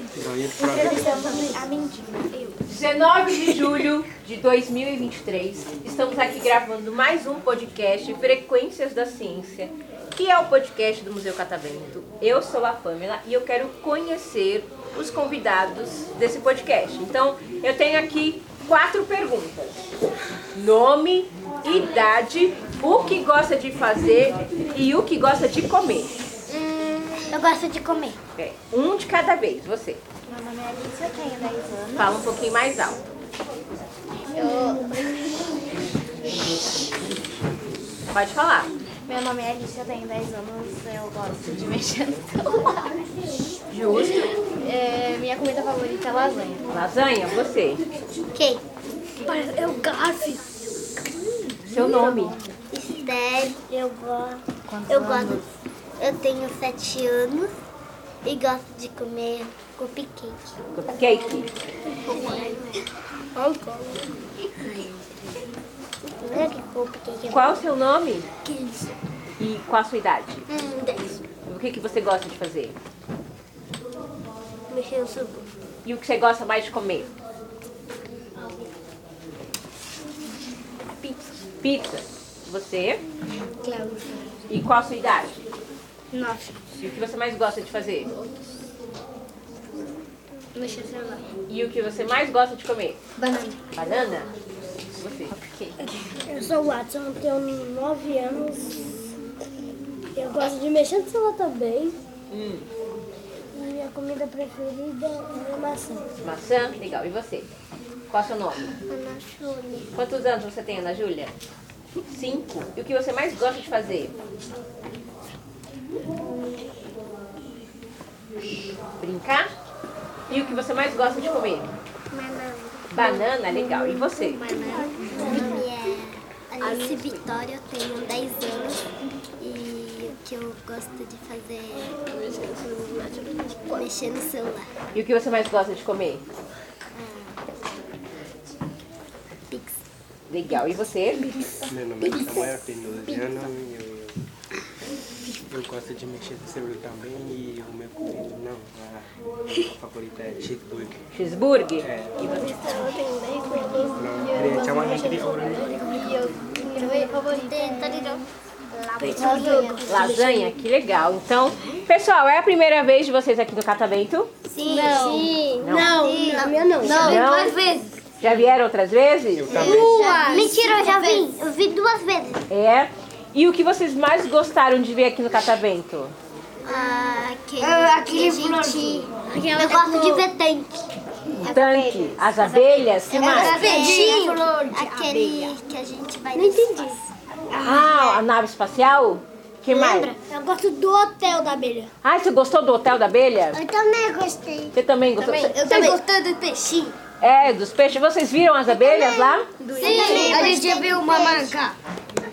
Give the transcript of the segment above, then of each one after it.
Entrevistamos a Mendinha. Eu. 19 de julho de 2023, estamos aqui gravando mais um podcast Frequências da Ciência, que é o podcast do Museu Catavento. Eu sou a Pamela e eu quero conhecer os convidados desse podcast. Então, eu tenho aqui quatro perguntas: nome, idade, o que gosta de fazer e o que gosta de comer. Hum, eu gosto de comer. É, um de cada vez, você. Meu nome é Alice, eu tenho 10 anos. Fala um pouquinho mais alto. Eu... Pode falar. Meu nome é Alice, eu tenho 10 anos. Eu gosto de mexer no celular. Justo. É, minha comida favorita é lasanha. Lasanha, você. Quem? Eu gosto. Seu nome. Esther, eu gosto. eu gosto. Eu tenho 7 anos e gosto de comer cupcake. Cupcake. Olha que é cupcake. Qual o seu nome Quinze. e qual a sua idade? Hum, 10. O que, que você gosta de fazer? Mexer no celular. E o que você gosta mais de comer? Pizza. Pizza. Você? Cláudia. E qual a sua idade? Nove. E o que você mais gosta de fazer? Mexer no celular. E o que você mais gosta de comer? Banana. Banana? Você. Cupcake. Eu sou o Watson, eu tenho 9 anos. Eu gosto de mexer no celular também. Hum, E minha comida preferida é maçã. maçã? Legal. E você? Qual o seu nome? Ana Júlia. Quantos anos você tem, Ana Júlia? Cinco. E o que você mais gosta de fazer? Brincar? E o que você mais gosta de comer? Banana. Banana, legal. E você? Meu nome é Alice Vitória, eu tenho 10 anos. E o que eu gosto de fazer é mexer no celular. E o que você mais gosta de comer? Pix. Legal. E você? Meu nome é Samuel, tenho 12 anos e eu, eu gosto de mexer no celular também e o meu comida não, a minha favorita é cheeseburger. Cheeseburger? É. E você? Eu tenho 10 anos. Não, queria te chamar de figura. E eu, minha comida favorita é Lasanha? Que legal. Então, pessoal, é a primeira vez de vocês aqui no Catavento? Sim. Não. Não, a minha não. Não? vezes. Já vieram outras Eu vezes? também. Mentira, eu já vim. Eu vi duas vezes. É. E o que vocês mais gostaram de ver aqui no Catavento? Ah, aquele, aquele gente... Eu gosto de ver tanque. O tanque, as abelhas, É que mais? Aquele que a gente vai... Não entendi. Ah, a nave espacial? Que mais? Eu gosto do hotel da abelha. Ah, você gostou do hotel da abelha? Eu também gostei. Você também gostou? Eu também. gostou do peixinho? É, dos peixes. Vocês viram as abelhas lá? Sim, a gente viu uma manga.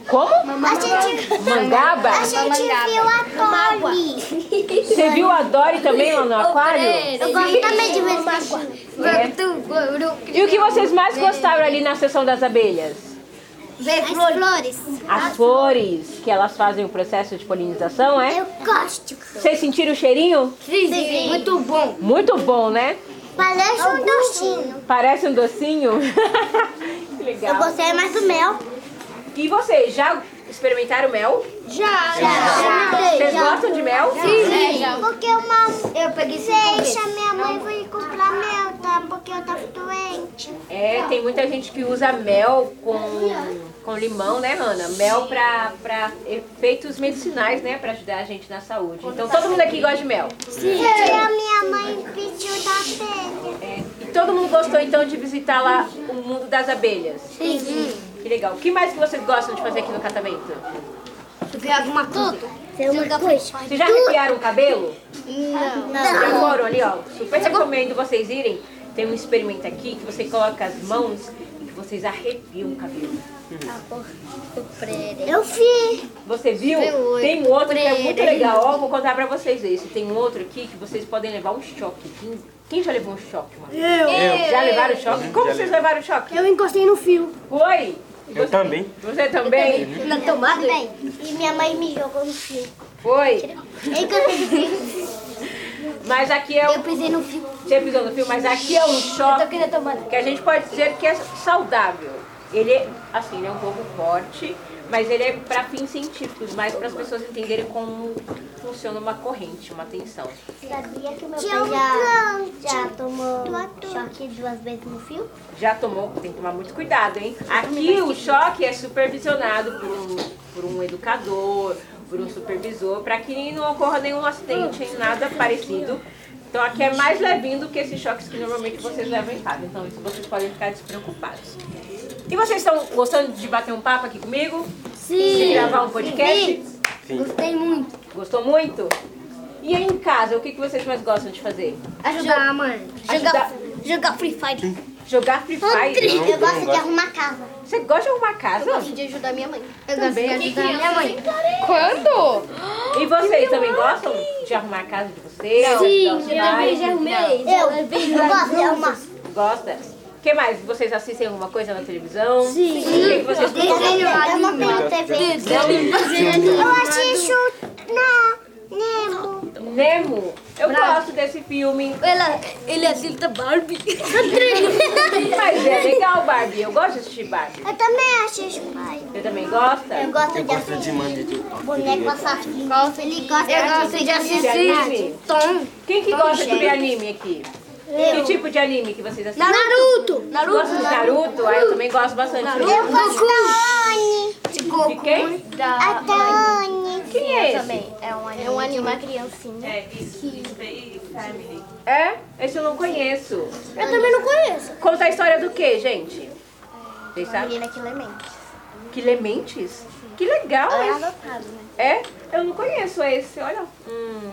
Como? A gente, Mangaba? a gente viu a Polly. Você viu a Dory também lá no aquário? Eu gosto também de ver peixinho. E o que vocês mais gostaram ali na sessão das abelhas? Ver flores. As flores, que elas fazem o processo de polinização, é? Eu gosto. Vocês sentiram o cheirinho? Muito bom. Muito bom, né? Parece um docinho. Parece um docinho. que Eu legal. gostei é mais do mel. E vocês, já experimentaram mel? Ah. Vocês gostam de mel? Né, Porque uma... Eu peguei Deixa minha mãe vai comprar mel, tá? Porque eu tava doente. É, tem muita gente que usa mel com, com limão, né, Hanna? Mel pra, pra efeitos medicinais, né? Pra ajudar a gente na saúde. Então todo mundo aqui gosta de mel. Sim. a minha mãe pediu da telha. É, e todo mundo gostou então de visitar lá o mundo das abelhas. Sim. Que legal. O que mais que vocês gostam de fazer aqui no catamento? Tem é uma coisa. Vocês já arrepiaram o cabelo? Não. Já foram ali, ó. Super recomendo vocês irem. Tem um experimento aqui que você coloca as mãos e que vocês arrepiam o cabelo. Eu vi. Você viu? Tem um outro que é muito legal. Ó, vou contar pra vocês esse. Tem um outro aqui que vocês podem levar um choque. Que Quem já levou um choque, mano? Eu. Já levaram choque? Como Já vocês levei. levaram choque? Eu encostei no fio. Oi! Eu também. Você também? Na tomada? E minha mãe me jogou no fio. Foi. Aí É que eu pisei, Mas aqui é o. eu pisei no fio. Você pisou no fio, mas aqui é um Eu tô choque aqui na tomada. que a gente pode dizer que é saudável. Ele é, assim, ele é um pouco forte, mas ele é para fins científicos, mais para as pessoas entenderem como funciona uma corrente, uma tensão. Sabia que meu pai já, já tomou choque duas vezes no fio? Já tomou, tem que tomar muito cuidado, hein? Aqui o choque é supervisionado por um, por um educador, por um supervisor, para que não ocorra nenhum acidente, nem nada parecido. Então aqui é mais levinho do que esses choques que normalmente vocês levam em casa. Então isso vocês podem ficar despreocupados. E vocês estão gostando de bater um papo aqui comigo? De gravar um podcast? Sim. Gostei muito. Gostou muito? E aí em casa, o que que vocês mais gostam de fazer? Ajudar a mãe. Ajudar. Jogar, jogar Free Fire. Jogar Free Fire? Não, Eu gosto de não arrumar casa. Você gosta de arrumar casa? de ajudar minha mãe. Eu gosto de ajudar minha mãe. Quando? E vocês também gostam de arrumar a casa de vocês? Ajudar os pais? arrumei. Eu, eu gosto de arrumar. Gosta? O que mais? Vocês assistem alguma coisa na televisão? Sim. O que, que vocês Eu não tenho- eu não tenho TV. um um Eu assisto na Nemo. Nemo? Eu gosto desse filme. Ela, ele é aceita Barbie. Mas é legal, Barbie. Eu gosto de assistir Barbie. Eu também assisto, pai. Você também gosta? Eu gosto de Eu gosto de assistir mandar de boneco assassino. Ele gosta eu gosto de De anime? Tom. Quem que gosta de ver anime aqui? Que tipo de anime que vocês assistem? Naruto. Naruto. Gosta de Naruto? Ah, eu também gosto bastante. Eu gosto da Oni. De quem? A Tony. Quem é esse? É um anime. É um anime, uma criancinha. É? Esse eu não conheço. Eu também não conheço. Conta a história do que, gente? Vocês A sabem? menina que lemente. Que lementes? Que legal Tá Ela é esse. adotada, né? É? Eu não conheço esse, olha. Hum.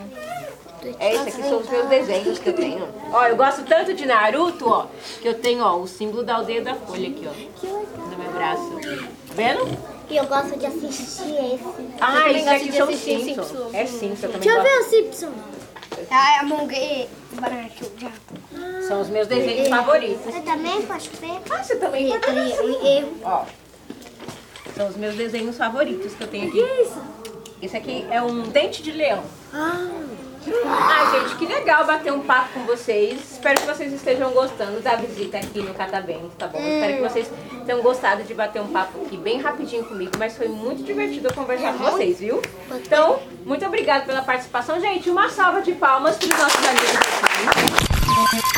É esse aqui são os meus desenhos que eu tenho. Ó, eu gosto tanto de Naruto, ó, que eu tenho, ó, o símbolo da aldeia da folha aqui, ó. No meu braço. Vendo? E eu gosto de assistir esse. Ah, isso aqui são Simpsons. É Simpsons, eu também Deixa eu gosto. ver o Simpson. Ah, Among Us. São os meus desenhos favoritos. Eu também posso ver. Ah, você também Eu gosta também, desse? eu- eu- Ó. São os meus desenhos favoritos que é eu tenho aqui. Esse aqui é um dente de leão. Ah, gente, que legal bater um papo com vocês. Espero que vocês estejajam gostando da visita aqui no Catavento, tá bom? Espero que vocês tenham gostado de bater um papo aqui bem rapidinho comigo, mas foi muito divertido eu conversar com vocês, viu? Então, muito obrigada pela participação, gente. Uma salva de palmas para os nossos amigos aqui.